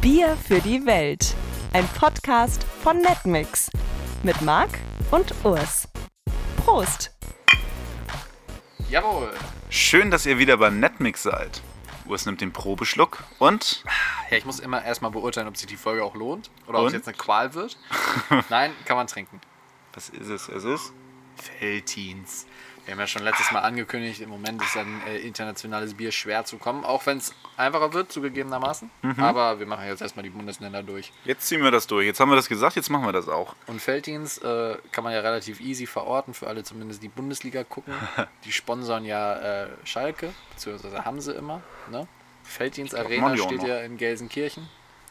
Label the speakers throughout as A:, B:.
A: Bier für die Welt. Ein Podcast von Netmix mit Marc und Urs. Prost!
B: Jawohl.
C: Schön, dass ihr wieder beim Netmix seid. Urs nimmt den Probeschluck und
B: Ja, ich muss immer erstmal beurteilen, ob sich die Folge auch lohnt oder ob es
C: Und?
B: jetzt eine Qual wird. Nein, kann man trinken.
C: was ist es? Es ist
B: Feltins. Wir haben ja schon letztes Mal angekündigt, im Moment ist ein äh, internationales Bier schwer zu kommen, auch wenn es einfacher wird, zugegebenermaßen. Aber wir machen jetzt erstmal die Bundesländer durch.
C: Jetzt ziehen wir das durch. Jetzt haben wir das gesagt, jetzt machen wir das auch.
B: Und Feltins äh, kann man ja relativ easy verorten, für alle zumindest die Bundesliga gucken. Die sponsern ja äh, Schalke, beziehungsweise haben sie immer. Ne? Feltins Arena
C: Mondio
B: steht
C: noch.
B: ja in Gelsenkirchen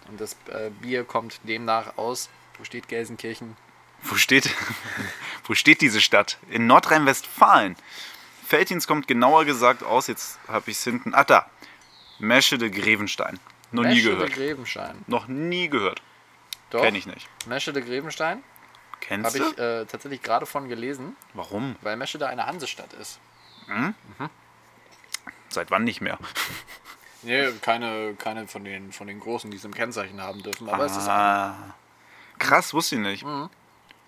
B: und das äh, Bier kommt demnach aus. Wo steht Gelsenkirchen?
C: Wo steht, wo steht diese Stadt? In Nordrhein-Westfalen. Feltins kommt genauer gesagt aus, jetzt habe ich es hinten. Ah, da. Meschede Grevenstein. Noch nie
B: Meschede
C: gehört.
B: Grevenstein.
C: Noch nie gehört.
B: Doch.
C: Kenn ich nicht.
B: Meschede Grevenstein habe
C: Kennst du?
B: ich äh, tatsächlich gerade von gelesen,
C: Warum?
B: weil Meschede eine Hansestadt ist.
C: Seit wann nicht mehr?
B: Nee, keine, keine von, den, von den Großen, die es im Kennzeichen haben dürfen, aber es Mhm. ist
C: Ah. Krass, wusste ich nicht.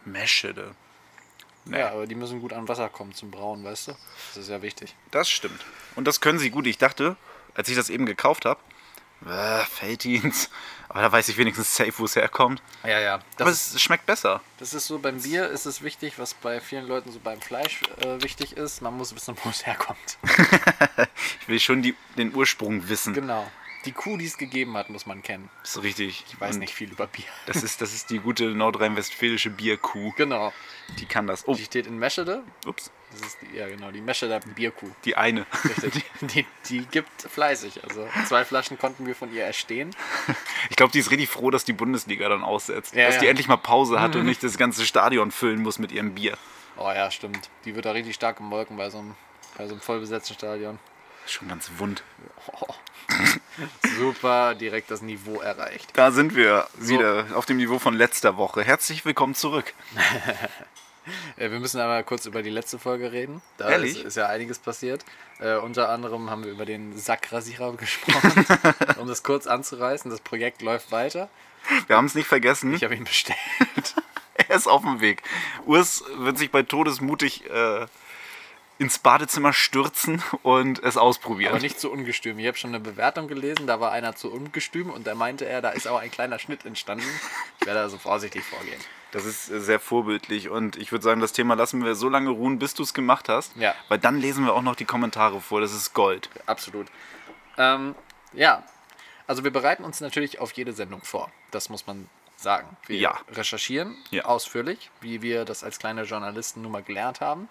C: Meschede. Nee.
B: Ja, aber die müssen gut an Wasser kommen zum Brauen, weißt du? Das ist ja wichtig.
C: Das stimmt. Und das können sie gut. Ich dachte, als ich das eben gekauft habe, äh, Feltins. Aber da weiß ich wenigstens safe, wo es herkommt.
B: Ah, Ja, ja.
C: Aber
B: Das,
C: es schmeckt besser.
B: das ist so beim Bier ist es wichtig, was bei vielen Leuten so beim Fleisch äh, wichtig ist. Man muss wissen, wo es herkommt.
C: Ich will schon die, den Ursprung wissen.
B: genau. Die Kuh, die es gegeben hat, muss man kennen.
C: Das ist richtig. Ich
B: Weiß nicht viel über Bier.
C: Das ist, das ist die gute nordrhein-westfälische Bierkuh.
B: Genau.
C: Die kann das. Oh,
B: Die steht in Meschede.
C: ups.
B: Das ist die, ja genau, die Meschede Bierkuh.
C: Die eine.
B: Richtig. Die, die gibt fleißig. Also zwei Flaschen konnten wir von ihr erstehen.
C: Ich glaube, die ist richtig froh, dass die Bundesliga dann aussetzt.
B: Ja,
C: dass die
B: ja.
C: endlich mal Pause hat und nicht das ganze Stadion füllen muss mit ihrem Bier.
B: Oh ja, stimmt. Die wird da richtig stark gemolken bei so einem, bei so einem vollbesetzten Stadion.
C: Schon ganz wund.
B: Oh. Super, direkt das Niveau erreicht.
C: Da sind wir wieder auf dem Niveau von letzter Woche. Herzlich willkommen zurück.
B: Äh, Wir müssen einmal kurz über die letzte Folge reden. Da
C: Ehrlich?
B: Ist, ist ja einiges passiert. Äh, unter anderem haben wir über den Sackrasierer gesprochen. um das kurz anzureißen, das Projekt läuft weiter.
C: Wir haben es nicht vergessen.
B: Ich habe ihn bestellt.
C: Er ist auf dem Weg. Urs wird sich bei Todesmutig äh, ins Badezimmer stürzen und es ausprobieren.
B: Aber nicht zu ungestüm. Ich habe schon eine Bewertung gelesen, da war einer zu ungestüm und da meinte er, da ist auch ein kleiner Schnitt entstanden. Ich werde also vorsichtig vorgehen.
C: Das ist äh, sehr vorbildlich und ich würde sagen, das Thema lassen wir so lange ruhen, bis du es gemacht hast.
B: Ja.
C: Weil dann lesen wir auch noch die Kommentare vor. Das ist Gold.
B: Absolut. Ähm, ja, also wir bereiten uns natürlich auf jede Sendung vor. Das muss man sagen. Wir
C: Ja.
B: recherchieren
C: Ja.
B: ausführlich, wie wir das als kleine Journalisten nun mal gelernt haben.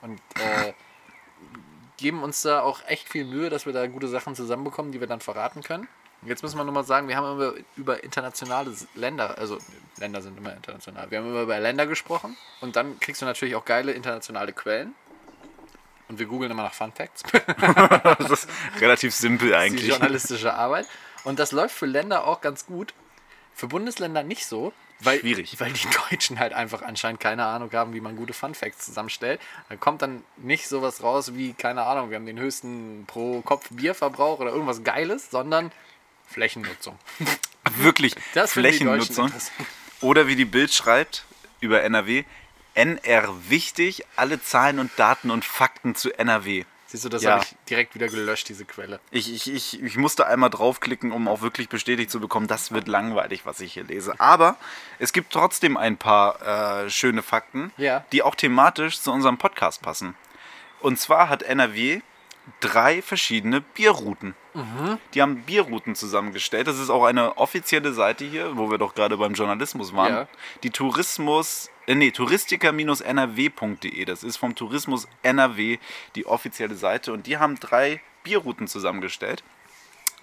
B: Und äh, geben uns da auch echt viel Mühe, dass wir da gute Sachen zusammenbekommen, die wir dann verraten können. Jetzt müssen wir nur mal sagen, wir haben immer über internationale S- Länder, also Länder sind immer international, wir haben immer über Länder gesprochen und dann kriegst du natürlich auch geile internationale Quellen. Und wir googeln immer nach Fun Facts.
C: Das ist relativ simpel
B: die
C: eigentlich.
B: journalistische Arbeit. Und das läuft für Länder auch ganz gut. Für Bundesländer nicht so, weil,
C: Schwierig.
B: weil die Deutschen halt einfach anscheinend keine Ahnung haben, wie man gute Fun Facts zusammenstellt. Da kommt dann nicht sowas raus wie, keine Ahnung, wir haben den höchsten pro Kopf Bierverbrauch oder irgendwas Geiles, sondern Flächennutzung.
C: Wirklich.
B: Das finden die Deutschen
C: Flächennutzung.
B: interessant.
C: Oder wie die Bild schreibt über NRW. NR wichtig, alle Zahlen und Daten und Fakten zu NRW.
B: Siehst du, das
C: Ja.
B: habe ich direkt wieder gelöscht, diese Quelle.
C: Ich, ich, ich, ich musste einmal draufklicken, um auch wirklich bestätigt zu bekommen, das wird langweilig, was ich hier lese. Aber es gibt trotzdem ein paar äh, schöne Fakten,
B: Ja.
C: die auch thematisch zu unserem Podcast passen. Und zwar hat NRW drei verschiedene Bierrouten. Die haben Bierrouten zusammengestellt. Das ist auch eine offizielle Seite hier, wo wir doch gerade beim Journalismus waren.
B: Ja.
C: Die Tourismus, äh, nee, touristiker-nrw.de. Das ist vom Tourismus NRW die offizielle Seite. Und die haben drei Bierrouten zusammengestellt.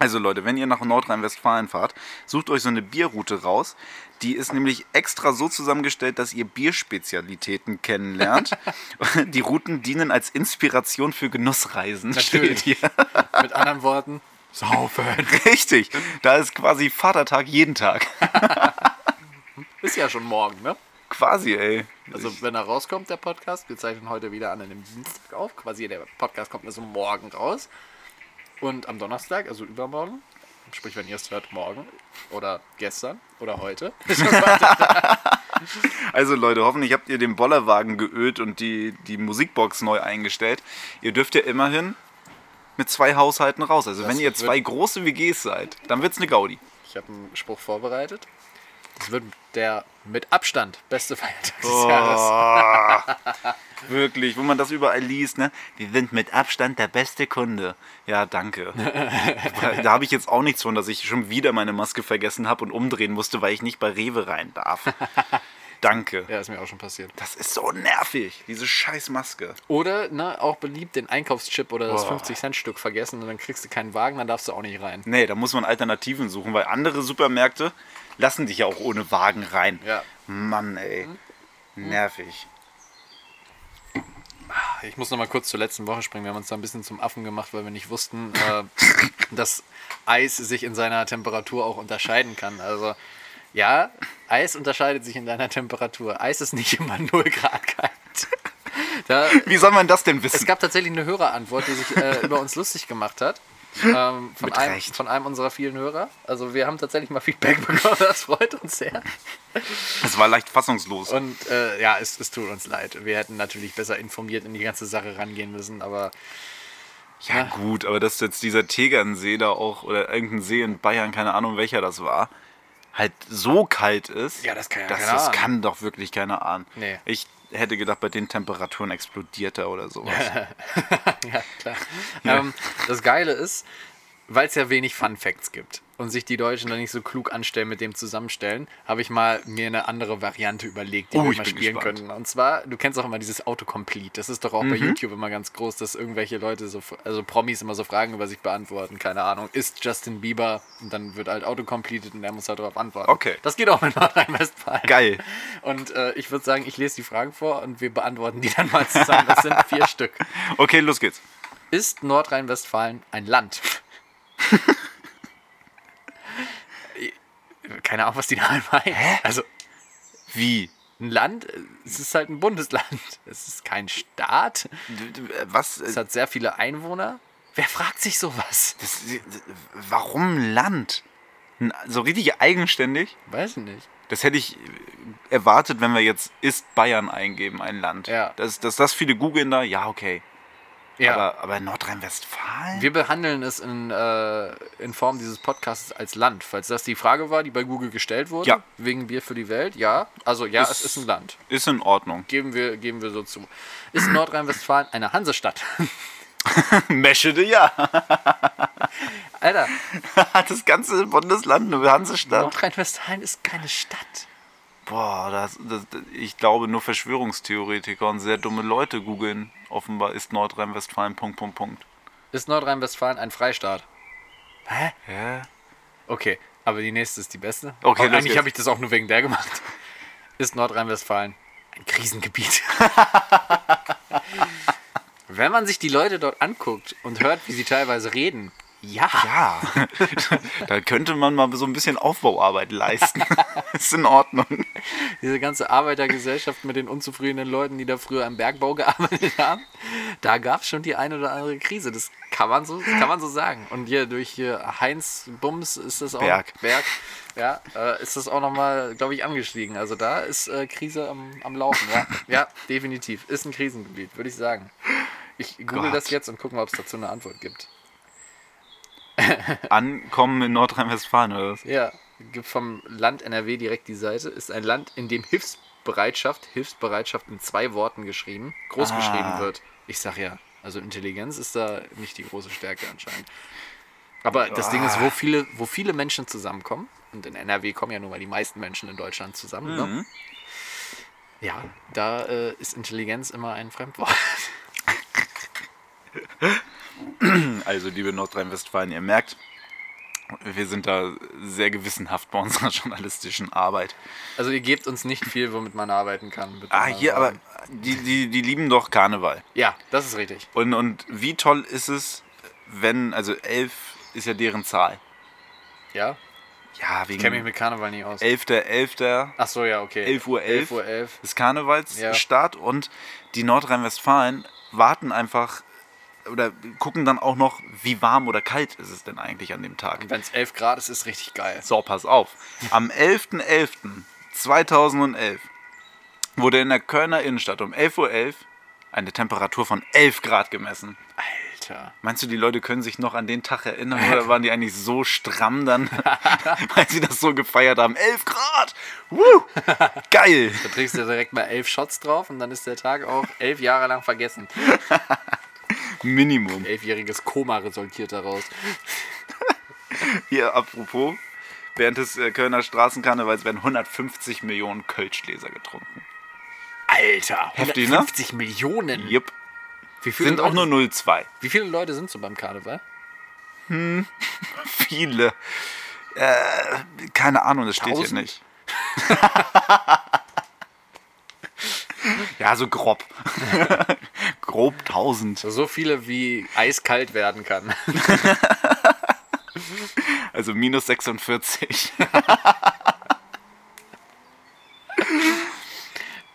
C: Also Leute, wenn ihr nach Nordrhein-Westfalen fahrt, sucht euch so eine Bierroute raus. Die ist nämlich extra so zusammengestellt, dass ihr Bierspezialitäten kennenlernt. die Routen dienen als Inspiration für Genussreisen.
B: Natürlich.
C: Steht hier.
B: Mit anderen Worten, saufen.
C: Richtig. Da ist quasi Vatertag jeden Tag.
B: Ist ja schon morgen, ne?
C: Quasi, ey.
B: Also wenn er rauskommt, der Podcast, wir zeichnen heute wieder an einem Dienstag auf. Quasi der Podcast kommt also morgen raus. Und am Donnerstag, also übermorgen, Sprich, wenn ihr es hört, morgen oder gestern oder heute.
C: Also Leute, hoffentlich habt ihr den Bollerwagen geölt und die, die Musikbox neu eingestellt. Ihr dürft ja immerhin mit zwei Haushalten raus. Also
B: Das
C: wenn ihr
B: wird-
C: zwei große WGs seid, dann wird's eine Gaudi.
B: Ich habe einen Spruch vorbereitet. Das wird der mit Abstand beste Feiertag des Jahres.
C: Oh, wirklich, wo man das überall liest, ne? Wir sind mit Abstand der beste Kunde. Ja, danke. Weil da habe ich jetzt auch nichts von, dass ich schon wieder meine Maske vergessen habe und umdrehen musste, weil ich nicht bei Rewe rein darf. Danke.
B: Ja, ist mir auch schon passiert.
C: Das ist so nervig, diese scheiß Maske.
B: Oder ne, auch beliebt den Einkaufschip oder das
C: Boah.
B: 50-Cent-Stück vergessen und dann kriegst du keinen Wagen, dann darfst du auch nicht rein.
C: Nee, da muss man Alternativen suchen, weil andere Supermärkte lassen dich ja auch ohne Wagen rein.
B: Ja. Hm?
C: Mann, ey. Nervig.
B: Ich muss noch mal kurz zur letzten Woche springen. Wir haben uns da ein bisschen zum Affen gemacht, weil wir nicht wussten, äh, dass Eis sich in seiner Temperatur auch unterscheiden kann. Also ja, Eis unterscheidet sich in deiner Temperatur. Eis ist nicht immer 0 Grad kalt. Da,
C: Wie soll man das denn
B: es
C: wissen?
B: gab tatsächlich eine Hörerantwort, die sich äh, über uns lustig gemacht hat. Ähm, von,
C: Mit
B: einem,
C: Recht.
B: von einem unserer vielen Hörer. Also wir haben tatsächlich mal Feedback bekommen, das freut uns sehr.
C: Es war leicht fassungslos.
B: Und äh, ja, es, es tut uns leid. Wir hätten natürlich besser informiert in die ganze Sache rangehen müssen, aber Ah.
C: Ja, gut, aber dass jetzt dieser Tegernsee da auch oder irgendein See in Bayern, keine Ahnung welcher das war, halt so kalt ist.
B: Ja, das kann ja
C: das,
B: keiner
C: das
B: ahnen.
C: kann doch wirklich keiner ahnen.
B: Nee.
C: Ich hätte gedacht, bei den Temperaturen explodiert er oder sowas.
B: ja, klar. Ähm, das Geile ist, weil es ja wenig Fun Facts gibt und sich die Deutschen da nicht so klug anstellen mit dem Zusammenstellen, habe ich mal mir eine andere Variante überlegt, die
C: Oh,
B: wir
C: ich
B: mal
C: bin
B: spielen
C: gespannt. Mhm.
B: können. Und zwar, du kennst auch immer dieses Autocomplete. Das ist doch auch bei YouTube immer ganz groß, dass irgendwelche Leute, so, also Promis immer so Fragen über sich beantworten. Keine Ahnung, ist Justin Bieber und dann wird halt Autocompleted und er muss halt darauf antworten.
C: Okay.
B: Das geht auch in Nordrhein-Westfalen.
C: Geil.
B: Und äh, ich würde sagen, ich lese die Fragen vor und wir beantworten die dann mal zusammen. Das sind vier Stück.
C: Okay, los geht's.
B: Ist Nordrhein-Westfalen ein Land? Keine Ahnung, was die da meinen. Also
C: Wie?
B: ein Land, äh, es ist halt ein Bundesland. Es ist kein Staat.
C: D- d- Was? äh,
B: Es hat sehr viele Einwohner. Wer fragt sich sowas?
C: Das, äh, warum Land? N- So richtig eigenständig?
B: Weiß ich nicht.
C: Das hätte ich äh, erwartet, wenn wir jetzt ist Bayern eingeben, ein Land.
B: Ja.
C: Dass, dass das viele googeln da, ja, okay.
B: Ja.
C: Aber, aber Nordrhein-Westfalen?
B: wir behandeln es in, äh, in Form dieses Podcasts als Land, falls das die Frage war, die bei Google gestellt wurde.
C: Ja.
B: Wegen Bier für die Welt. Ja, also ja,
C: Ist-
B: es ist ein Land.
C: Ist in Ordnung.
B: Geben wir, geben wir so zu. Ist Nordrhein-Westfalen eine Hansestadt?
C: Meschede, ja.
B: Alter,
C: Das ganze Bundesland, eine Hansestadt.
B: Nordrhein-Westfalen ist keine Stadt.
C: Boah, das, das, ich glaube, nur Verschwörungstheoretiker und sehr dumme Leute googeln. Offenbar ist Nordrhein-Westfalen Punkt, Punkt, Punkt.
B: Ist Nordrhein-Westfalen ein Freistaat? Hä?
C: Hä?
B: Okay, aber die nächste ist die beste.
C: Okay,
B: Und
C: los
B: eigentlich
C: geht's.
B: habe ich das auch nur wegen der gemacht. Ist Nordrhein-Westfalen ein Krisengebiet? Wenn man sich die Leute dort anguckt und hört, wie sie teilweise reden, ja.
C: Ja, da könnte man mal so ein bisschen Aufbauarbeit leisten. ist in Ordnung.
B: Diese ganze Arbeitergesellschaft mit den unzufriedenen Leuten, die da früher im Bergbau gearbeitet haben, da gab es schon die eine oder andere Krise. Das kann man so, kann man so sagen. Und hier durch hier Heinz Bums ist das auch
C: Berg.
B: Berg ja, äh, ist das auch nochmal, glaube ich, angestiegen. Also da ist äh, Krise am, am Laufen. Ja. ja, definitiv. Ist ein Krisengebiet, würde ich sagen. Ich google
C: Gott.
B: das jetzt und gucken, ob es dazu eine Antwort gibt.
C: Ankommen in Nordrhein-Westfalen oder was?
B: Ja, gibt vom Land NRW direkt die Seite. Ist ein Land, in dem Hilfsbereitschaft, Hilfsbereitschaft in zwei Worten geschrieben, groß
C: Ah.
B: geschrieben wird. Ich sag ja, also Intelligenz ist da nicht die große Stärke anscheinend. Aber das Ding
C: Ah.
B: ist, wo viele, wo viele Menschen zusammenkommen, und in NRW kommen ja nun mal die meisten Menschen in Deutschland zusammen,
C: Mhm.
B: ne? Ja, da äh, ist Intelligenz immer ein Fremdwort.
C: Also, liebe Nordrhein-Westfalen, ihr merkt, wir sind da sehr gewissenhaft bei unserer journalistischen Arbeit.
B: Also ihr gebt uns nicht viel, womit man arbeiten kann. bitte
C: Ah,
B: mal
C: hier, aber
B: sagen.
C: die, die, die lieben doch Karneval.
B: Ja, das ist richtig.
C: Und, und wie toll ist es, wenn, also elf ist ja deren Zahl.
B: Ja,
C: Ja, wegen
B: ich kenne mich mit Karneval nicht aus.
C: 11.11.
B: Ach so, ja, okay.
C: 11 Uhr 11.
B: 11 Uhr 11.
C: des Karnevalsstart
B: Ja.
C: und die Nordrhein-Westfalen warten einfach oder gucken dann auch noch, wie warm oder kalt ist es denn eigentlich an dem Tag.
B: Wenn es 11 Grad ist, ist richtig geil.
C: So, pass auf. Am 11.11.2011 wurde in der Kölner Innenstadt um 11.11 Uhr eine Temperatur von 11 Grad gemessen.
B: Alter.
C: Meinst du, die Leute können sich noch an den Tag erinnern oder waren die eigentlich so stramm dann, weil sie das so gefeiert haben? 11 Grad! Woo! Geil!
B: Da trägst du direkt mal 11 Shots drauf und dann ist der Tag auch 11 Jahre lang vergessen.
C: Minimum.
B: Elfjähriges Koma resultiert daraus.
C: Hier, apropos, während des äh, Kölner Straßenkarnevals werden 150 Millionen Kölschgläser getrunken.
B: Alter.
C: Heftig, ne?
B: 50 Millionen.
C: Jupp.
B: Wie viele,
C: Sind auch
B: Leute,
C: nur 0,2.
B: wie viele Leute sind so beim Karneval?
C: Viele. Äh, keine Ahnung, das steht hier
B: Tausend?
C: nicht. ja, so grob. grob 1000.
B: Also So viele, wie eiskalt werden kann.
C: Also minus 46.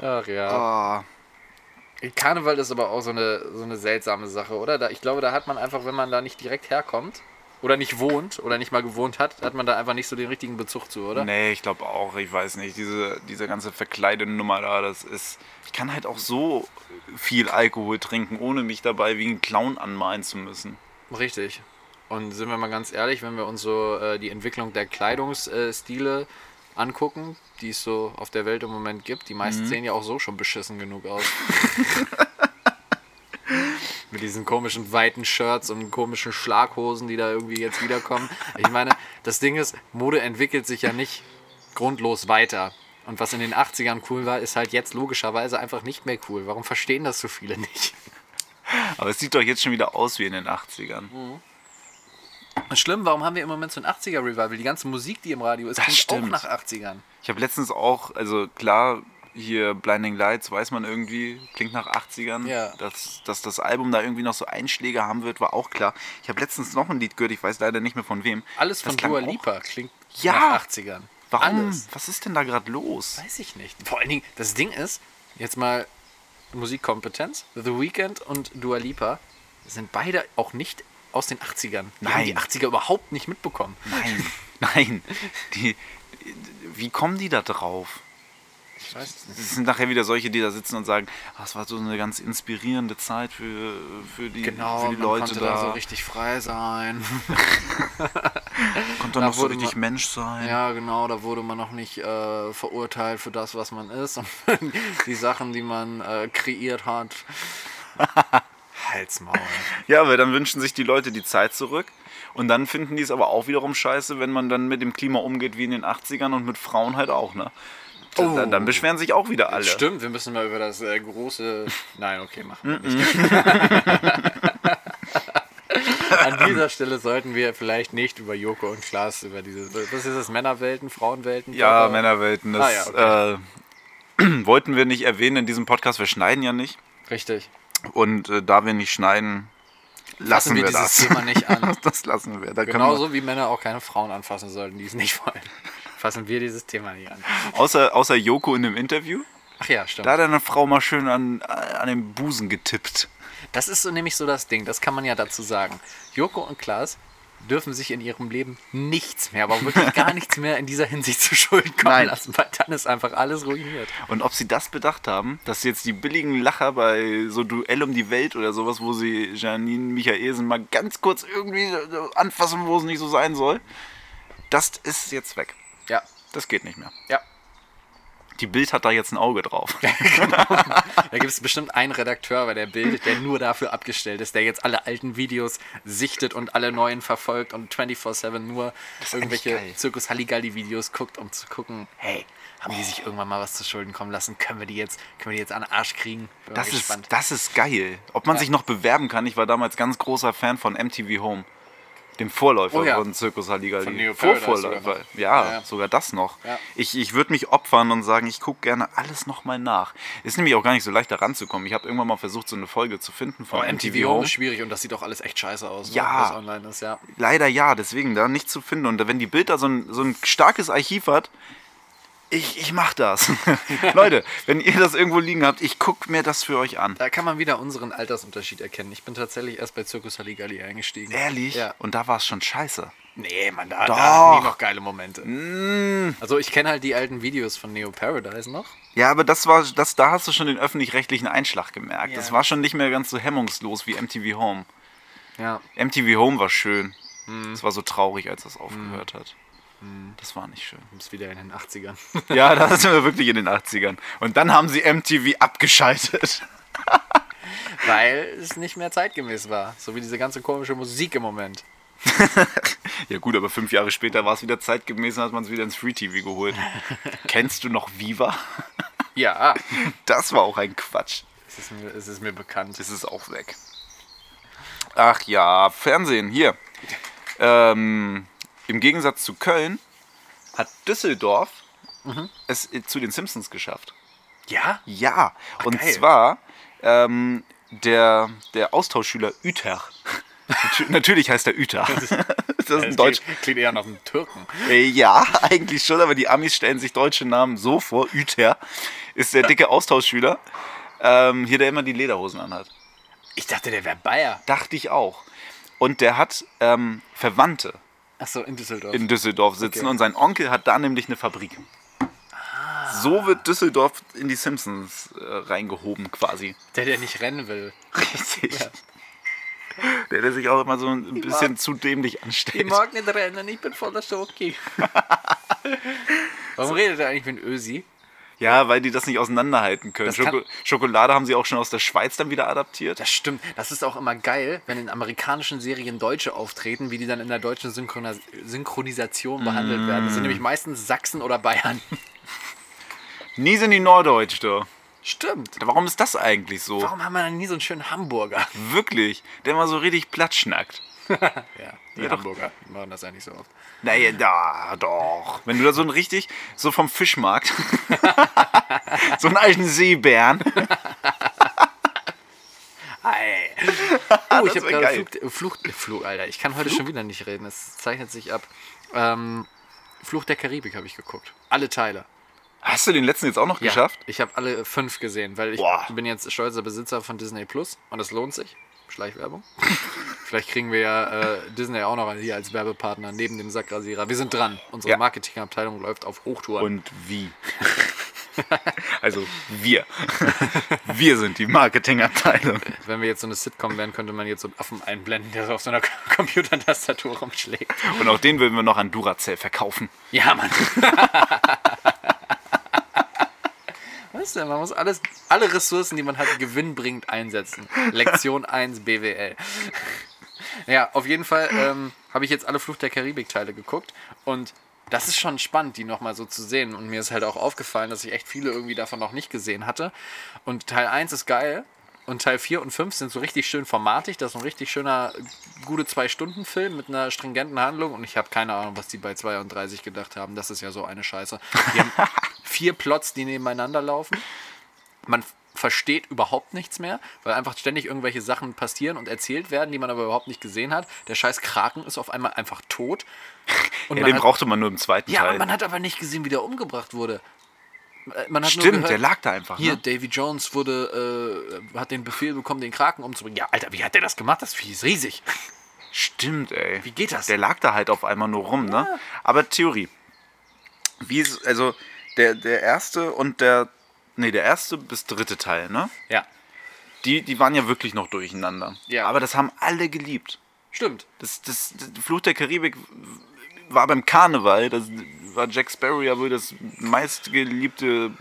B: Ach ja.
C: Oh.
B: Karneval ist aber auch so eine, so eine seltsame Sache, oder? Da, ich glaube, da hat man einfach, wenn man da nicht direkt herkommt oder nicht wohnt oder nicht mal gewohnt hat, hat man da einfach nicht so den richtigen Bezug zu, oder?
C: Nee, ich glaube auch, ich weiß nicht. Diese, diese ganze Verkleidenummer da, das ist. Ich kann halt auch so viel Alkohol trinken, ohne mich dabei wie ein Clown anmalen zu müssen.
B: Richtig. Und sind wir mal ganz ehrlich, wenn wir uns so äh, die Entwicklung der Kleidungsstile äh, Stile angucken, die es so auf der Welt im Moment gibt, die meisten sehen ja auch so schon beschissen genug aus. Mit diesen komischen weiten Shirts und komischen Schlaghosen, die da irgendwie jetzt wiederkommen. Ich meine, das Ding ist, Mode entwickelt sich ja nicht grundlos weiter. Und was in den 80ern cool war, ist halt jetzt logischerweise einfach nicht mehr cool. Warum verstehen das so viele nicht?
C: Aber es sieht doch jetzt schon wieder aus wie in den 80ern.
B: Und schlimm, warum haben wir im Moment so ein 80er-Revival? Die ganze Musik, die im Radio ist,
C: Das
B: klingt auch
C: stimmt.
B: nach 80ern.
C: Ich habe letztens auch, also klar, hier Blinding Lights weiß man irgendwie, klingt nach 80ern.
B: Ja.
C: Dass, dass das Album da irgendwie noch so Einschläge haben wird, war auch klar. Ich habe letztens noch ein Lied gehört, ich weiß leider nicht mehr von wem.
B: Alles
C: Das
B: von
C: klang
B: Dua
C: auch-
B: Lipa klingt
C: Ja.
B: nach 80ern.
C: Warum?
B: Alles.
C: Was ist denn da gerade los?
B: Weiß ich nicht. Vor allen Dingen, das Ding ist, jetzt mal Musikkompetenz. The Weeknd und Dua Lipa sind beide auch nicht aus den 80ern. Die haben
C: Nein.
B: die 80er überhaupt nicht mitbekommen.
C: Nein, nein. Die, wie kommen die da drauf?
B: Ich weiß es nicht.
C: Es sind nachher wieder solche, die da sitzen und sagen, "Ah, es war so eine ganz inspirierende Zeit für, für, die,
B: Genau,
C: für die
B: man
C: Leute
B: konnte
C: da.
B: da so richtig frei sein.
C: konnte
B: da
C: noch so
B: wurde
C: richtig
B: man-
C: Mensch sein.
B: Ja, genau, da wurde man noch nicht äh, verurteilt für das, was man ist und die Sachen, die man äh, kreiert hat. Halsmaul.
C: Ja, aber dann wünschen sich die Leute die Zeit zurück. Und dann finden die es aber auch wiederum scheiße, wenn man dann mit dem Klima umgeht wie in den 80ern und mit Frauen halt auch, ne?
B: Oh.
C: Dann, dann beschweren sich auch wieder alle.
B: Stimmt, wir müssen mal über das äh, große. Nein, okay, machen wir nicht. An dieser Stelle sollten wir vielleicht nicht über Joko und Klaas, über diese. Was ist das? Männerwelten, Frauenwelten?
C: Ja,
B: Oder-
C: Männerwelten,
B: Ah,
C: das äh, wollten wir nicht erwähnen in diesem Podcast. Wir schneiden ja nicht.
B: Richtig.
C: Und äh, da wir nicht schneiden, lassen
B: Fassen wir
C: wir,
B: dieses
C: das.
B: Thema nicht an. Genau
C: das lassen wir. Da können wir
B: Genauso wie Männer auch keine Frauen anfassen sollten, die es nicht wollen. Fassen wir dieses Thema nicht an.
C: außer, außer Joko in dem Interview,
B: Ach ja, stimmt.
C: da hat er eine Frau mal schön an, an den Busen getippt.
B: Das ist so nämlich so das Ding, das kann man ja dazu sagen. Joko und Klaas dürfen sich in ihrem Leben nichts mehr, aber wirklich gar nichts mehr in dieser Hinsicht zu Schulden kommen
C: Nein.
B: lassen, weil dann ist einfach alles ruiniert.
C: Und ob sie das bedacht haben, dass jetzt die billigen Lacher bei so Duell um die Welt oder sowas, wo sie Janine Michaelsen mal ganz kurz irgendwie so anfassen, wo es nicht so sein soll, das ist jetzt weg.
B: Ja,
C: Das geht nicht mehr.
B: ja.
C: Die Bild hat da jetzt ein Auge drauf.
B: Da gibt es bestimmt einen Redakteur bei der Bild, der nur dafür abgestellt ist, der jetzt alle alten Videos sichtet und alle neuen verfolgt und 24-7 nur
C: ist eigentlich
B: irgendwelche
C: geil.
B: Zirkus Halligalli-Videos guckt, um zu gucken, hey, haben die sich irgendwann mal was zu Schulden kommen lassen? Können wir die jetzt, können wir die jetzt an den Arsch kriegen? Bin mal
C: Das ist, das ist geil. Ob man
B: Ja.
C: sich noch bewerben kann, ich war damals ganz großer Fan von MTV Home. Dem Vorläufer
B: Oh ja.
C: von Zirkus
B: Von
C: Halligalli.
B: Neo Paradise sogar
C: Vorvorläufer.
B: noch.
C: Ja,
B: Ja, ja.
C: sogar das noch.
B: Ja.
C: Ich, ich würde mich opfern und sagen, ich gucke gerne alles nochmal nach. Ist nämlich auch gar nicht so leicht, da ranzukommen. Ich habe irgendwann mal versucht, so eine Folge zu finden von
B: Aber
C: MTV,
B: MTV Home
C: Home.
B: ist schwierig und das sieht auch alles echt scheiße aus, ne?
C: Ja.
B: was online ist, ja.
C: Leider ja, deswegen da nicht zu finden. Und wenn die Bild da so ein, so ein starkes Archiv hat, ich, ich mach das. Leute, wenn ihr das irgendwo liegen habt, ich guck mir das für euch an.
B: Da kann man wieder unseren Altersunterschied erkennen. Ich bin tatsächlich erst bei Circus Halligalli eingestiegen.
C: Ehrlich?
B: Ja.
C: Und da war es schon scheiße.
B: Nee, man, da, da
C: Doch. Mm.
B: hatten die noch geile Momente. Also ich kenne halt die alten Videos von Neo Paradise noch.
C: Ja, aber das war, das, da hast du schon den öffentlich-rechtlichen Einschlag gemerkt.
B: Ja.
C: Das war schon nicht mehr ganz so hemmungslos wie MTV Home.
B: Ja.
C: MTV Home war schön. Es war so traurig, als das aufgehört hat. Das war nicht schön.
B: Ist wieder in den 80ern.
C: Ja, da sind wir wirklich in den 80ern. Und dann haben sie MTV abgeschaltet.
B: Weil es nicht mehr zeitgemäß war. So wie diese ganze komische Musik im Moment.
C: Ja gut, aber fünf Jahre später war es wieder zeitgemäß und hat man es wieder ins Free TV geholt. Kennst du noch Viva?
B: Ja,
C: Das war auch ein Quatsch.
B: es ist mir, es ist mir bekannt.
C: Das ist auch weg. Ach ja, Fernsehen, hier. Ähm, Im Gegensatz zu Köln hat Düsseldorf es äh, zu den Simpsons geschafft.
B: Ja?
C: Ja, und
B: geil.
C: zwar ähm, der, der Austauschschüler Uther. Natü- Natürlich heißt er Uther. Das ist ein Deutsch.
B: Klingt, klingt eher nach einem Türken.
C: Äh, Ja, eigentlich schon, aber die Amis stellen sich deutsche Namen so vor. Uther ist der dicke Austauschschüler, ähm, hier der immer die Lederhosen anhat.
B: Ich dachte, der wäre Bayer.
C: Dachte ich auch. Und der hat ähm, Verwandte
B: Achso, in Düsseldorf.
C: in Düsseldorf sitzen
B: Okay.
C: und sein Onkel hat da nämlich eine Fabrik.
B: Ah.
C: So wird Düsseldorf in die Simpsons äh, reingehoben quasi.
B: der, der nicht rennen will.
C: Richtig. Der, der sich auch immer so ein bisschen zu dämlich anstellt.
B: nicht rennen, ich bin voller Schoki. Warum redet er eigentlich mit Ösi?
C: Ja, weil die das nicht auseinanderhalten können.
B: Das kann-
C: Schoko Schokolade haben sie auch schon aus der Schweiz dann wieder adaptiert.
B: Das stimmt. Das ist auch immer geil, wenn in amerikanischen Serien Deutsche auftreten, wie die dann in der deutschen Synchronis Synchronisation behandelt werden. Das sind nämlich meistens Sachsen oder Bayern.
C: Nie sind die Norddeutsch da.
B: Stimmt.
C: Warum ist das eigentlich so?
B: Warum haben wir dann nie so einen schönen Hamburger?
C: Wirklich, der mal so richtig platt schnackt.
B: Ja, die
C: Ja, doch.
B: Hamburger machen das eigentlich so oft.
C: Naja, da, doch. Wenn du da so ein richtig, so vom Fischmarkt, so einen alten Seebären.
B: Ei. Oh,
C: Das
B: ich habe
C: wär
B: gerade
C: geil.
B: Flug, äh, Fluch, äh, Flug, Alter. Ich kann heute schon wieder nicht reden. Es zeichnet sich ab. Ähm, Fluch der Karibik habe ich geguckt. Alle Teile.
C: Hast du den letzten jetzt auch noch
B: Ja,
C: geschafft?
B: Ich habe alle fünf gesehen, weil ich
C: Boah.
B: bin jetzt stolzer Besitzer von Disney Plus und es lohnt sich. Schleichwerbung. Vielleicht kriegen wir ja äh, Disney auch noch hier als Werbepartner neben dem Sackrasierer. Wir sind dran. Unsere
C: Ja.
B: Marketingabteilung läuft auf Hochtouren.
C: Und wie? also wir. Wir sind die Marketingabteilung.
B: Wenn wir jetzt so eine Sitcom wären, könnte man jetzt so einen Affen einblenden, der so auf so einer Computertastatur rumschlägt.
C: Und auch den würden wir noch an Duracell verkaufen.
B: Ja, Mann. Was denn? Man muss alles, alle Ressourcen, die man hat, gewinnbringend einsetzen. Lektion 1 BWL. Ja, auf jeden Fall ähm, habe ich jetzt alle Fluch der Karibik-Teile geguckt und das ist schon spannend, die nochmal so zu sehen. Und mir ist halt auch aufgefallen, dass ich echt viele irgendwie davon noch nicht gesehen hatte. Und Teil 1 ist geil und Teil 4 und 5 sind so richtig schön formatig. Das ist ein richtig schöner, gute Zwei-Stunden-Film mit einer stringenten Handlung. Und ich habe keine Ahnung, was die bei 32 gedacht haben. Das ist ja so eine Scheiße. Die haben vier Plots, die nebeneinander laufen man f- versteht überhaupt nichts mehr, weil einfach ständig irgendwelche Sachen passieren und erzählt werden, die man aber überhaupt nicht gesehen hat. Der scheiß Kraken ist auf einmal einfach tot. Und
C: Ja,
B: man
C: den
B: hat-
C: brauchte man halt. nur im zweiten
B: ja,
C: Teil.
B: aber man hat aber nicht gesehen, wie der umgebracht wurde. Äh, Man hat nur
C: Stimmt,
B: gehört,
C: der lag da einfach.
B: Hier,
C: ne?
B: Davy Jones wurde, äh, hat den Befehl bekommen, den Kraken umzubringen. Ja, Alter, wie hat der das gemacht? Das Vieh ist riesig.
C: Stimmt, ey.
B: Wie geht das?
C: Der lag da halt auf einmal nur rum, ne? Aber Theorie. Wie ist, also der, der erste und der, nee, der erste bis dritte Teil, ne?
B: Ja,
C: Die, die waren ja wirklich noch durcheinander.
B: Ja.
C: Aber das haben alle geliebt.
B: stimmt.
C: Das, das, das Fluch der Karibik war beim Karneval, das war Jack Sparrow ja wohl das meistgeliebte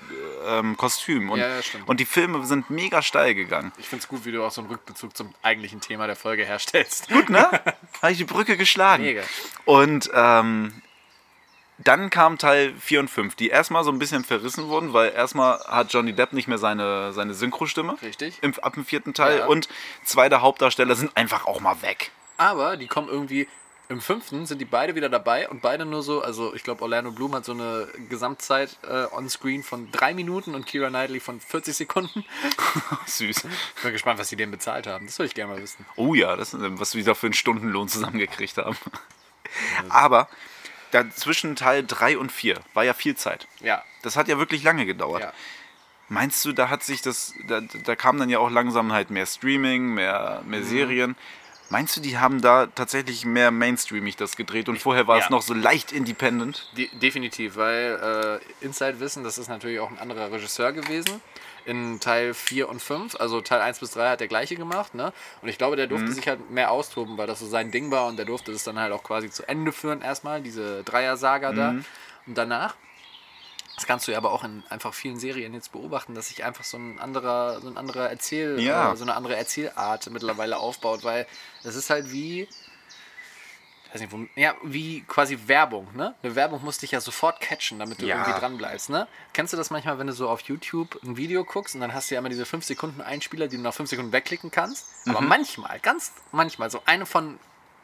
C: ähm, Kostüm. Und,
B: Ja, ja, stimmt.
C: und die Filme sind mega steil gegangen.
B: Ich find's gut, wie du auch so einen Rückbezug zum eigentlichen Thema der Folge herstellst.
C: Gut, ne? Habe ich die Brücke geschlagen.
B: Mega.
C: Und ähm, dann kamen Teil 4 und 5, die erstmal so ein bisschen verrissen wurden, weil erstmal hat Johnny Depp nicht mehr seine, seine Synchrostimme.
B: Richtig.
C: Im, ab dem vierten Teil.
B: Ja.
C: Und zwei der Hauptdarsteller sind einfach auch mal weg.
B: Aber die kommen irgendwie. Im fünften sind die beide wieder dabei und beide nur so, also ich glaube, Orlando Bloom hat so eine Gesamtzeit äh, on screen von drei Minuten und Kira Knightley von 40 Sekunden.
C: Süß.
B: Ich bin gespannt, was sie denen bezahlt haben. Das würde ich gerne mal wissen.
C: Oh ja, das ist, was wir da für einen Stundenlohn zusammengekriegt haben. Aber dazwischen Teil 3 und 4 war ja viel Zeit.
B: Ja.
C: Das hat ja wirklich lange gedauert.
B: ja.
C: Meinst du, da hat sich das, da, da kam dann ja auch langsam halt mehr Streaming, mehr, mehr Serien. Meinst du, die haben da tatsächlich mehr mainstreamig das gedreht und vorher war
B: ja.
C: es noch so leicht independent?
B: De definitiv, weil äh, Inside Wissen, das ist natürlich auch ein anderer Regisseur gewesen. In Teil 4 und 5, also Teil 1 bis 3 hat der gleiche gemacht, ne? Und ich glaube, der durfte sich halt mehr austoben, weil das so sein Ding war und der durfte es dann halt auch quasi zu Ende führen erstmal, diese Dreier-Saga da. Und danach, das kannst du ja aber auch in einfach vielen Serien jetzt beobachten, dass sich einfach so ein anderer, so ein anderer Erzähl,
C: Ja.
B: äh, so eine andere Erzählart mittlerweile aufbaut, weil es ist halt wie, weiß nicht, wo, ja, wie quasi Werbung, ne? Eine Werbung muss dich ja sofort catchen, damit du
C: Ja.
B: irgendwie dran bleibst, ne? Kennst du das manchmal, wenn du so auf YouTube ein Video guckst und dann hast du ja immer diese 5 Sekunden Einspieler, die du nach 5 Sekunden wegklicken kannst? Aber
C: Mhm.
B: manchmal, ganz manchmal, so eine von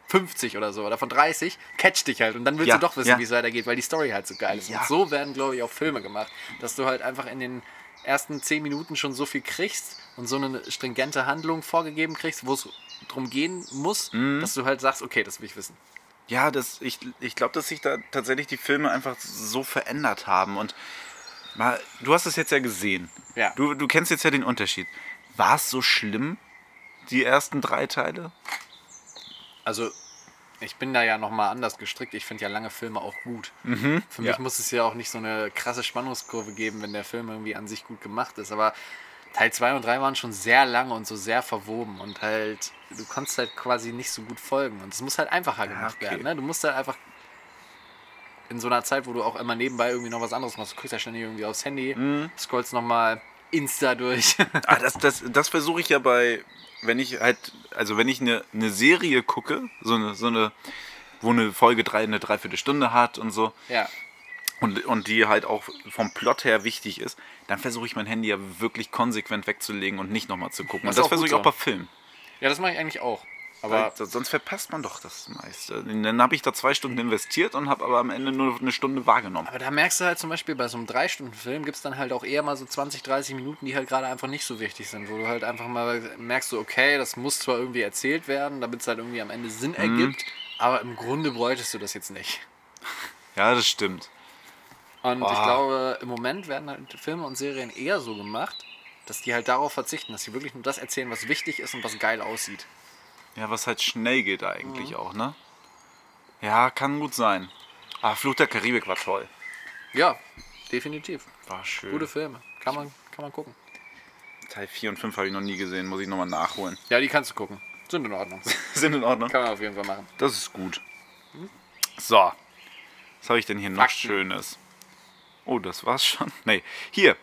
B: 50 oder so oder von 30 catcht dich halt und dann willst
C: Ja,
B: du doch wissen,
C: ja.
B: wie es weitergeht, weil die Story halt so geil ist.
C: Ja.
B: Und so werden, glaube ich, auch Filme gemacht, dass du halt einfach in den ersten 10 Minuten schon so viel kriegst und so eine stringente Handlung vorgegeben kriegst, wo es drum gehen muss,
C: Mhm.
B: dass du halt sagst, okay, das will ich wissen.
C: Ja, das, ich, ich glaube, dass sich da tatsächlich die Filme einfach so verändert haben. Und mal, du hast es jetzt ja gesehen.
B: Ja.
C: Du, du kennst jetzt ja den Unterschied. War es so schlimm, die ersten drei Teile?
B: Also, ich bin da ja nochmal anders gestrickt. Ich finde ja lange Filme auch gut. Für mich
C: Mhm. Ja.
B: muss es ja auch nicht so eine krasse Spannungskurve geben, wenn der Film irgendwie an sich gut gemacht ist. Aber Teil 2 und 3 waren schon sehr lange und so sehr verwoben. Und halt, du konntest halt quasi nicht so gut folgen. Und es muss halt einfacher gemacht
C: okay.
B: werden. Ne? Du musst halt einfach in so einer Zeit, wo du auch immer nebenbei irgendwie noch was anderes machst, du guckst ja ständig irgendwie aufs Handy,
C: Mhm.
B: scrollst nochmal Insta durch.
C: Ah, das das, das versuche ich ja bei, wenn ich halt, also wenn ich eine, eine Serie gucke, so eine, so eine, wo eine Folge drei, eine Dreiviertelstunde hat und so,
B: ja.
C: und, und die halt auch vom Plot her wichtig ist, dann versuche ich mein Handy ja wirklich konsequent wegzulegen und nicht nochmal zu
B: Das
C: gucken. Und
B: ist auch
C: das
B: gut
C: versuche ich
B: so.
C: auch bei Filmen.
B: ja, das mache ich eigentlich auch.
C: Weil
B: Aber
C: so- sonst verpasst man doch das meiste. Und Dann habe ich da zwei Stunden investiert und habe aber am Ende nur eine Stunde wahrgenommen.
B: Aber da merkst du halt zum Beispiel bei so einem 3-Stunden-Film gibt es dann halt auch eher mal so 20, 30 Minuten, die halt gerade einfach nicht so wichtig sind, wo du halt einfach mal merkst, so, okay, das muss zwar irgendwie erzählt werden, damit es halt irgendwie am Ende Sinn ergibt, aber im Grunde bräuchtest du das jetzt nicht.
C: Ja, das stimmt.
B: Und ich
C: Boah.
B: glaube, im Moment werden halt Filme und Serien eher so gemacht, dass die halt darauf verzichten, dass sie wirklich nur das erzählen, was wichtig ist und was geil aussieht.
C: Ja, was halt schnell geht eigentlich auch, ne? Ja, kann gut sein. Ah, Fluch der Karibik war toll.
B: Ja, definitiv.
C: War schön.
B: Gute Filme. Kann man, kann man gucken.
C: Teil 4 und 5 habe ich noch nie gesehen, muss ich nochmal nachholen.
B: Ja, die kannst du gucken. Sind in Ordnung.
C: Sind in Ordnung. Mhm.
B: kann man auf jeden Fall machen.
C: Das ist gut. So. Was habe ich denn hier noch
B: Fakten.
C: Schönes? Oh, das war's schon. Nee. Hier.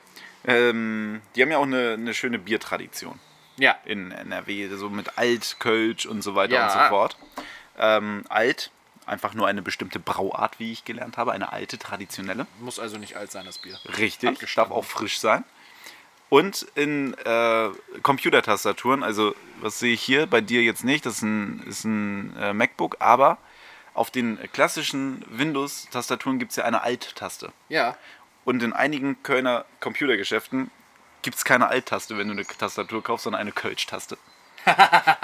C: Ähm, die haben ja auch eine, eine schöne Biertradition
B: Ja,
C: in NRW, so mit Alt, Kölsch und so weiter
B: Ja.
C: und so fort. Ähm, Alt, einfach nur eine bestimmte Brauart, wie ich gelernt habe, eine alte, traditionelle.
B: muss also nicht alt sein, das Bier.
C: Richtig, darf
B: Abgestanden.
C: auch frisch sein. Und in äh, Computertastaturen, also was sehe ich hier bei dir jetzt nicht, das ist ein, ist ein äh, MacBook, aber auf den klassischen Windows-Tastaturen gibt es ja eine Alt-Taste.
B: Ja,
C: Und in einigen Kölner Computergeschäften gibt es keine Alt-Taste, wenn du eine Tastatur kaufst, sondern eine Kölsch-Taste.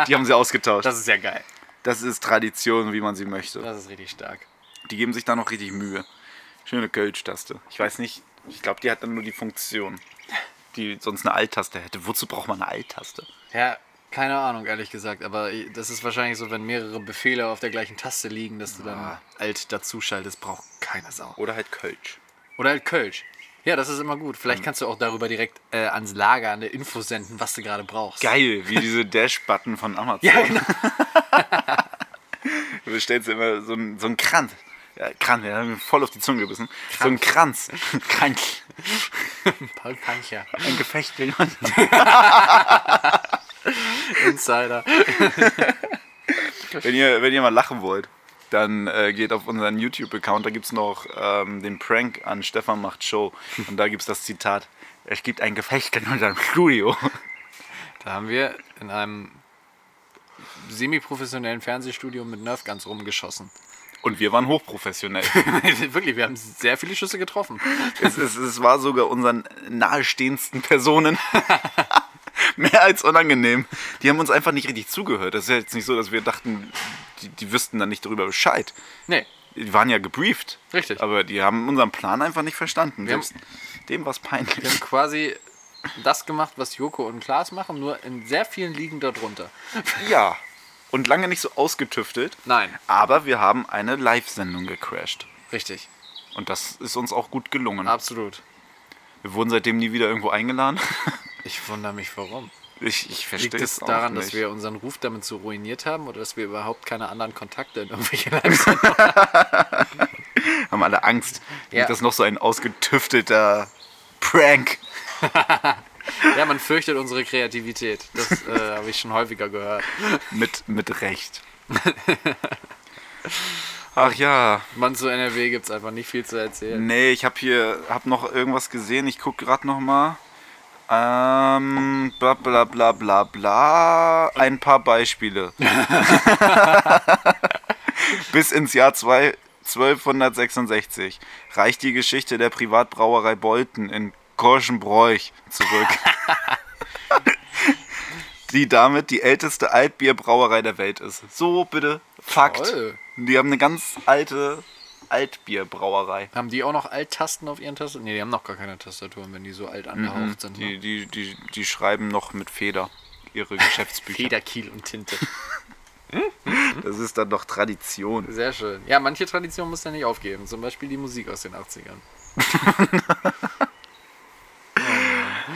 C: Die haben sie ausgetauscht. Das,
B: Das ist ja geil.
C: ist Tradition, wie man sie möchte.
B: Das ist richtig stark.
C: Die geben sich da noch richtig Mühe. Schöne Kölsch-Taste. Ich weiß nicht, ich glaube, die hat dann nur die Funktion, die sonst eine Alt-Taste hätte. Wozu braucht man eine Alt-Taste?
B: Ja, keine Ahnung, ehrlich gesagt. Aber das ist wahrscheinlich so, wenn mehrere Befehle auf der gleichen Taste liegen, dass du dann alt dazuschaltest, braucht keine Sau.
C: Oder halt Kölsch.
B: Oder halt Kölsch. Ja, das ist immer gut. Vielleicht kannst du auch darüber direkt äh, ans Lager, an eine Info senden, was du gerade brauchst.
C: Geil, wie diese Dash-Button von Amazon.
B: Ja, genau.
C: Du bestellst immer so einen, so einen Kranz. Ja, Kranz, wir haben mir voll auf die Zunge gebissen. So einen Kranz. Kranz.
B: Paul Pancher,
C: Ein Gefecht will man.
B: Insider.
C: Wenn ihr, wenn ihr mal lachen wollt, dann äh, geht auf unseren YouTube-Account. Da gibt es noch ähm, den Prank an Stefan macht Show. Und da gibt es das Zitat: Es gibt ein Gefecht in unserem Studio.
B: Da haben wir in einem semi-professionellen Fernsehstudio mit Nerfguns rumgeschossen.
C: Und wir waren hochprofessionell.
B: Wirklich, wir haben sehr viele Schüsse getroffen.
C: es, es, es war sogar unseren nahestehendsten Personen. Mehr als unangenehm. Die haben uns einfach nicht richtig zugehört. Das ist ja jetzt nicht so, dass wir dachten, die, die wüssten dann nicht darüber Bescheid.
B: Nee,
C: Die waren ja gebrieft.
B: Richtig.
C: Aber die haben unseren Plan einfach nicht verstanden.
B: Wir haben-
C: Selbst dem war es peinlich.
B: Wir haben quasi das gemacht, was Joko und Klaas machen, nur in sehr vielen Ligen darunter.
C: Ja. Und lange nicht so ausgetüftelt.
B: Nein.
C: Aber wir haben eine Live-Sendung gecrashed.
B: Richtig.
C: Und das ist uns auch gut gelungen.
B: Absolut.
C: Wir wurden seitdem nie wieder irgendwo eingeladen.
B: Ich wundere mich, warum.
C: Ich, ich
B: Liegt
C: verstehe
B: es
C: es auch
B: daran,
C: nicht.
B: dass wir unseren Ruf damit so ruiniert haben oder dass wir überhaupt keine anderen Kontakte in irgendwelche Lives haben?
C: haben alle Angst.
B: Ja.
C: Ist das noch so ein ausgetüftelter Prank?
B: Ja, man fürchtet unsere Kreativität. Das äh, habe ich schon häufiger gehört.
C: Mit, mit Recht. Ach ja.
B: Man zu NRW gibt es einfach nicht viel zu erzählen.
C: Nee, ich habe hier hab noch irgendwas gesehen. Ich gucke gerade noch mal. Ähm, bla bla bla bla bla. Ein paar Beispiele. Bis ins Jahr zwei- 1266 reicht die Geschichte der Privatbrauerei Bolten in Korschenbräuch zurück. die damit die älteste Altbierbrauerei der Welt ist. So bitte. Fakt.
B: Toll.
C: Die haben eine ganz alte Altbierbrauerei.
B: Haben die auch noch Alt-Tasten auf ihren Tastaturen? Nee, die haben noch gar keine Tastaturen, wenn die so alt angehaucht sind.
C: Mhm, Die,
B: Ne?
C: die, die, die schreiben noch mit Feder ihre Geschäftsbücher.
B: Federkiel und Tinte.
C: das ist dann noch Tradition.
B: Sehr schön. Ja, manche Tradition muss ja nicht aufgeben. Zum Beispiel die Musik aus den 80ern.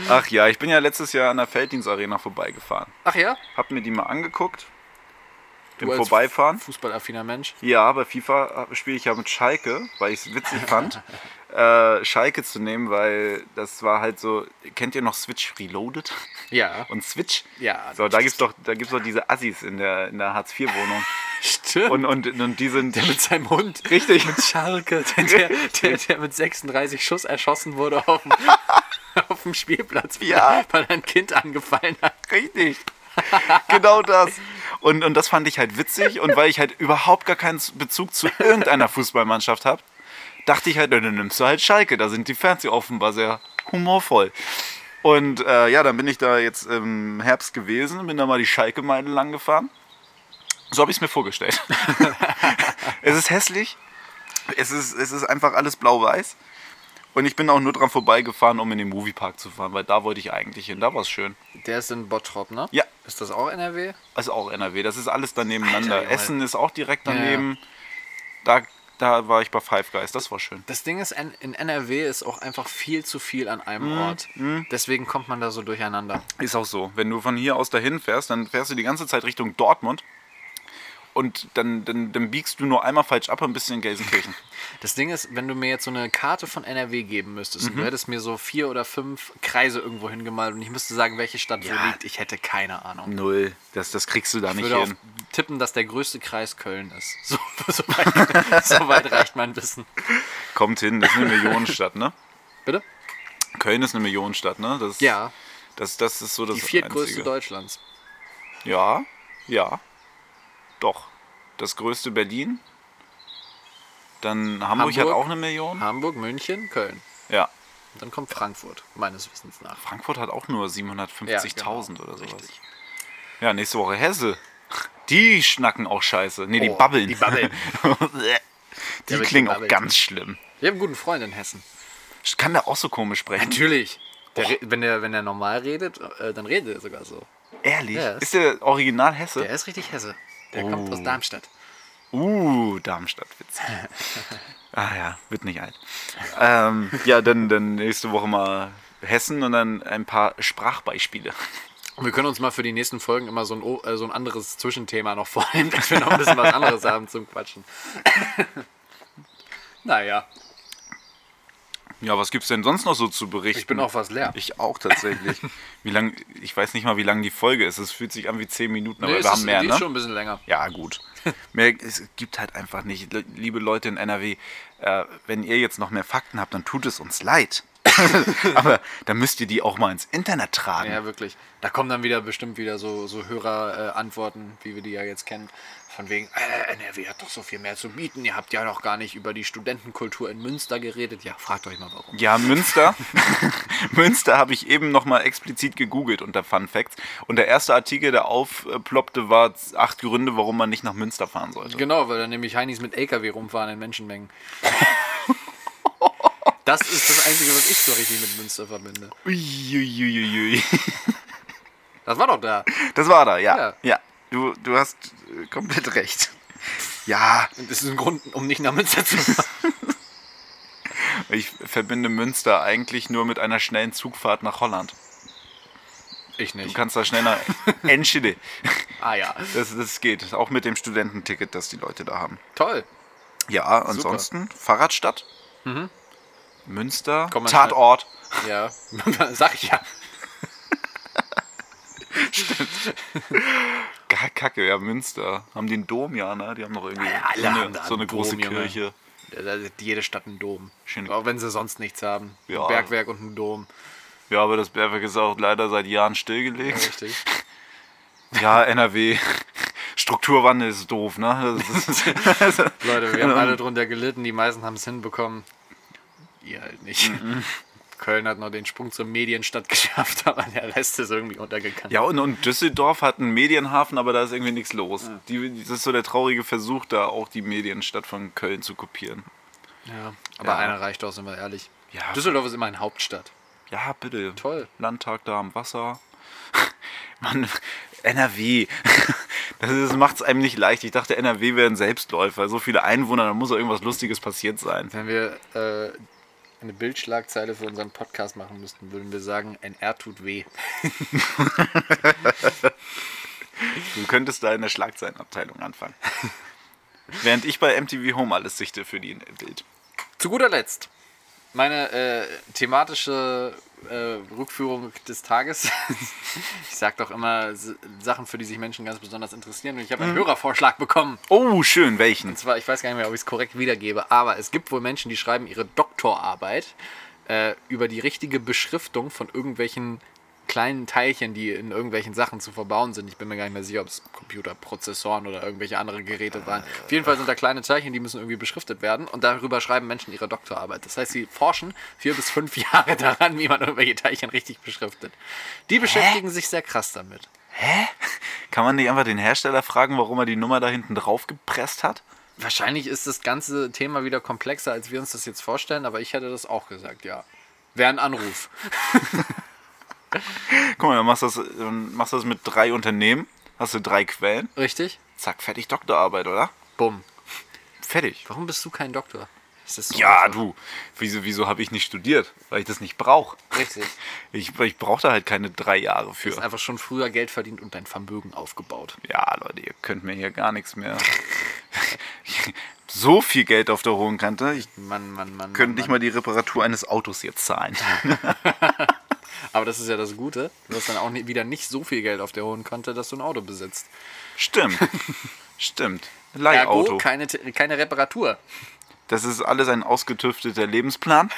C: Ach ja, ich bin ja letztes Jahr an der Felddienstarena vorbeigefahren.
B: Ach ja?
C: Hab mir die mal angeguckt. Im
B: Du als
C: Vorbeifahren.
B: Fußballaffiner Mensch.
C: Ja, bei FIFA spiele ich ja mit Schalke, weil ich es witzig fand, äh, Schalke zu nehmen, weil das war halt so. Kennt ihr noch Switch Reloaded?
B: Ja.
C: Und Switch?
B: Ja.
C: So, da gibt's doch, da gibt's doch diese Assis in der, in der Hartz-IV-Wohnung.
B: Stimmt.
C: Und, und, und die sind.
B: mit seinem Hund.
C: Richtig.
B: Mit Schalke, der, der, der mit 36 Schuss erschossen wurde auf dem, auf dem Spielplatz, weil-
C: Ja.
B: weil ein Kind angefallen hat.
C: Richtig. Genau das. Und, und das fand ich halt witzig und weil ich halt überhaupt gar keinen Bezug zu irgendeiner Fußballmannschaft habe, dachte ich halt, na, dann nimmst du halt Schalke. Da sind die Fans ja offenbar sehr humorvoll. Und äh, ja, dann bin ich da jetzt im Herbst gewesen, bin da mal die Schalke-Meile lang gefahren. So habe ich es mir vorgestellt. es ist hässlich, es ist, es ist einfach alles blau-weiß. Und ich bin auch nur dran vorbeigefahren, um in den Moviepark zu fahren, weil da wollte ich eigentlich hin, da war es schön.
B: Der ist in Bottrop, ne?
C: Ja.
B: Ist das auch NRW?
C: ist Also auch NRW. Das ist alles dann nebeneinander.
B: Alter, Junge.
C: Essen ist auch direkt daneben. Da, da war ich bei Five Guys. Das war schön.
B: Das Ding ist, in in NRW ist auch einfach viel zu viel an einem
C: Mhm.
B: Ort. Deswegen kommt man da so durcheinander.
C: Ist auch so. Wenn du von hier aus dahin fährst, dann fährst du die ganze Zeit Richtung Dortmund. Und dann, dann, dann biegst du nur einmal falsch ab und bist in Gelsenkirchen.
B: Das Ding ist, wenn du mir jetzt so eine Karte von NRW geben müsstest,
C: Mhm.
B: du hättest mir so vier oder fünf Kreise irgendwo hingemalt und ich müsste sagen, welche Stadt wo
C: Ja.
B: liegt. Ich hätte keine Ahnung.
C: Null. Das, das kriegst du da
B: Ich
C: nicht
B: würde auf
C: hin.
B: tippen, dass der größte Kreis Köln ist. So, so, weit, so weit reicht mein Wissen.
C: Kommt hin, das ist eine Millionenstadt, ne?
B: Bitte?
C: Köln ist eine Millionenstadt, ne? Das,
B: Ja,
C: Das, das ist so das
B: die viertgrößte
C: Einzige.
B: Deutschlands.
C: Ja, ja. Doch. Das größte Berlin. Dann Hamburg, hat
B: Hamburg.
C: auch eine Million.
B: Hamburg, München, Köln.
C: Ja.
B: Und dann kommt Frankfurt, meines Wissens nach.
C: Frankfurt hat auch nur 750.000
B: Ja, genau.
C: oder sowas.
B: Richtig.
C: Ja, nächste Woche Hesse. Die schnacken auch scheiße. Nee, die
B: Oh,
C: babbeln.
B: die babbeln.
C: die
B: Ja, wirklich
C: klingen auch
B: babbelt.
C: ganz schlimm.
B: Ich habe einen guten Freund in Hessen.
C: Ich kann da auch so komisch sprechen.
B: Natürlich. Der, re- wenn, der, wenn der normal redet, äh, dann redet er sogar so.
C: Ehrlich?
B: Ja, ist-
C: Ist der Original Hesse?
B: Der ist richtig Hesse. Der kommt aus Darmstadt.
C: Uh, Darmstadt, witzig. Ah ja, wird nicht alt. Ähm, ja, dann, dann nächste Woche mal Hessen und dann ein paar Sprachbeispiele.
B: Und wir können uns mal für die nächsten Folgen immer so ein, O- äh, so ein anderes Zwischenthema noch vornehmen, dass wir noch ein bisschen was anderes haben zum Quatschen. naja,
C: Ja, was gibt's denn sonst noch so zu berichten?
B: ich bin auch was leer.
C: Ich auch tatsächlich. wie lang, ich weiß nicht mal, wie lang die Folge ist. Es fühlt sich an wie 10 Minuten, aber
B: es
C: wir
B: ist-
C: haben mehr,
B: die
C: ne?
B: ist schon ein bisschen länger.
C: Ja, gut. Mehr, es gibt halt einfach nicht. Le- Liebe Leute in NRW, äh, wenn ihr jetzt noch mehr Fakten habt, dann tut es uns leid. aber dann müsst ihr die auch mal ins Internet tragen.
B: Ja, wirklich. Da kommen dann wieder bestimmt wieder so, so Hörerantworten, äh, Antworten, wie wir die ja jetzt kennen. Von wegen, äh, NRW hat doch so viel mehr zu bieten. Ihr habt ja noch gar nicht über die Studentenkultur in Münster geredet. Ja, fragt euch mal warum.
C: Ja, Münster. Münster habe ich eben nochmal explizit gegoogelt unter Fun Facts. Und der erste Artikel, der aufploppte, war acht Gründe, warum man nicht nach Münster fahren sollte.
B: Genau, weil dann nämlich Heinis mit LKW rumfahren in Menschenmengen. Das ist das Einzige, was ich so richtig mit Münster verbinde.
C: Uiuiuiui.
B: Das war doch da.
C: Das war da, ja.
B: Ja.
C: ja. Du, du hast äh, komplett recht. Ja,
B: Und Das ist ein Grund, um nicht nach Münster zu fahren.
C: ich verbinde Münster eigentlich nur mit einer schnellen Zugfahrt nach Holland.
B: Ich
C: Du
B: nicht.
C: kannst da schneller Enschede.
B: Ah ja,
C: Das, das geht. Auch mit dem Studententicket, das die Leute da haben.
B: toll.
C: Ja, ansonsten Fahrradstadt. Münster.
B: Mhm. Komm mal
C: Tatort.
B: Ja, sag ich ja.
C: Gar Kacke, ja, Münster. Haben den Dom ja, ne? Die haben noch irgendwie
B: Ja, alle
C: so eine,
B: haben da
C: so eine
B: einen Dom,
C: große
B: Junge.
C: Kirche.
B: Da hat jede Stadt einen Dom.
C: Schön.
B: Auch wenn sie sonst nichts haben.
C: Ja.
B: Ein Bergwerk und ein Dom.
C: Ja, aber das Bergwerk ist auch leider seit Jahren stillgelegt.
B: Richtig.
C: Ja, NRW. Strukturwandel ist doof, ne? Das ist,
B: Leute, wir haben alle drunter gelitten. Die meisten haben es hinbekommen. Ihr halt nicht.
C: Mhm.
B: Köln hat noch den Sprung zur Medienstadt geschafft, aber der Rest ist irgendwie untergegangen.
C: Ja, und, und Düsseldorf hat einen Medienhafen, aber da ist irgendwie nichts los. Die, das ist so der traurige Versuch, da auch die Medienstadt von Köln zu kopieren.
B: Ja, Aber
C: Ja.
B: einer reicht auch, sind wir ehrlich.
C: Ja.
B: Düsseldorf ist immer eine Hauptstadt.
C: Ja, bitte.
B: Toll.
C: Landtag da am Wasser. Mann, NRW. Das ist- macht's einem nicht leicht. Ich dachte, NRW wäre ein Selbstläufer. So viele Einwohner, da muss doch irgendwas Lustiges passiert sein.
B: Wenn wir äh, eine Bildschlagzeile für unseren Podcast machen müssten, würden wir sagen, NR tut weh.
C: Du könntest da in der Schlagzeilenabteilung anfangen. Während ich bei MTV Home alles sichte für die Bild.
B: Zu guter Letzt, meine äh, thematische äh, Rückführung des Tages. ich sage doch immer S- Sachen, für die sich Menschen ganz besonders interessieren. Und ich habe einen Hörervorschlag bekommen.
C: Oh, schön, welchen?
B: Und zwar, ich weiß gar nicht mehr, ob ich es korrekt wiedergebe, aber es gibt wohl Menschen, die schreiben ihre Doktorarbeit äh, über die richtige Beschriftung von irgendwelchen kleinen Teilchen, die in irgendwelchen Sachen zu verbauen sind. Ich bin mir gar nicht mehr sicher, ob es Computerprozessoren oder irgendwelche anderen Geräte waren. Auf jeden Fall sind da kleine Teilchen, die müssen irgendwie beschriftet werden und darüber schreiben Menschen ihre Doktorarbeit. Das heißt, sie forschen vier bis fünf Jahre daran, wie man irgendwelche Teilchen richtig beschriftet. Die beschäftigen sich sehr krass damit.
C: Kann man nicht einfach den Hersteller fragen, warum er die Nummer da hinten drauf gepresst hat?
B: Wahrscheinlich ist das ganze Thema wieder komplexer, als wir uns das jetzt vorstellen, aber ich hätte das auch gesagt, ja. Wäre ein Anruf.
C: Guck mal, dann machst du das, dann machst du das mit drei Unternehmen, hast du drei Quellen.
B: Richtig?
C: Zack, fertig Doktorarbeit, oder?
B: Bumm.
C: Fertig.
B: Warum bist du kein Doktor? Ist das so
C: Ja,
B: einfach?
C: du, wieso, wieso habe ich nicht studiert? Weil ich das nicht brauche.
B: Richtig.
C: Ich, ich brauche da halt keine drei Jahre
B: Du hast
C: für.
B: einfach schon früher Geld verdient und dein Vermögen aufgebaut.
C: Ja, Leute, ihr könnt mir hier gar nichts mehr. So viel Geld auf der hohen Kante, ich
B: Mann, Mann, Mann.
C: könnte
B: Mann,
C: nicht mal die Reparatur eines Autos jetzt zahlen.
B: Mann. Aber das ist ja das Gute. Du hast dann auch nie, wieder nicht so viel Geld auf der hohen Kante, dass du ein Auto besitzt.
C: Stimmt. Stimmt.
B: Ergo,
C: Leihauto.
B: Keine, T- keine Reparatur.
C: Das ist alles ein ausgetüfteter Lebensplan,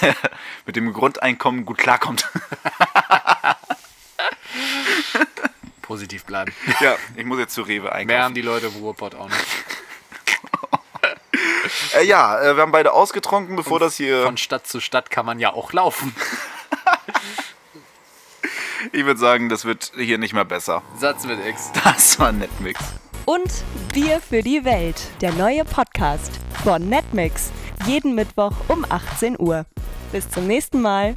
C: der mit dem Grundeinkommen gut klarkommt.
B: Positiv bleiben.
C: Ja, ich muss jetzt zu Rewe einkaufen.
B: Mehr haben die Leute im Ruhrpott auch nicht.
C: Äh, ja, äh, wir haben beide ausgetrunken, bevor das hier.
B: Von Stadt zu Stadt kann man ja auch laufen.
C: ich würde sagen, das wird hier nicht mehr besser.
B: Satz mit X.
C: Das war Netmix.
A: Und Bier für die Welt, der neue Podcast von Netmix. Jeden Mittwoch um 18 Uhr. Bis zum nächsten Mal.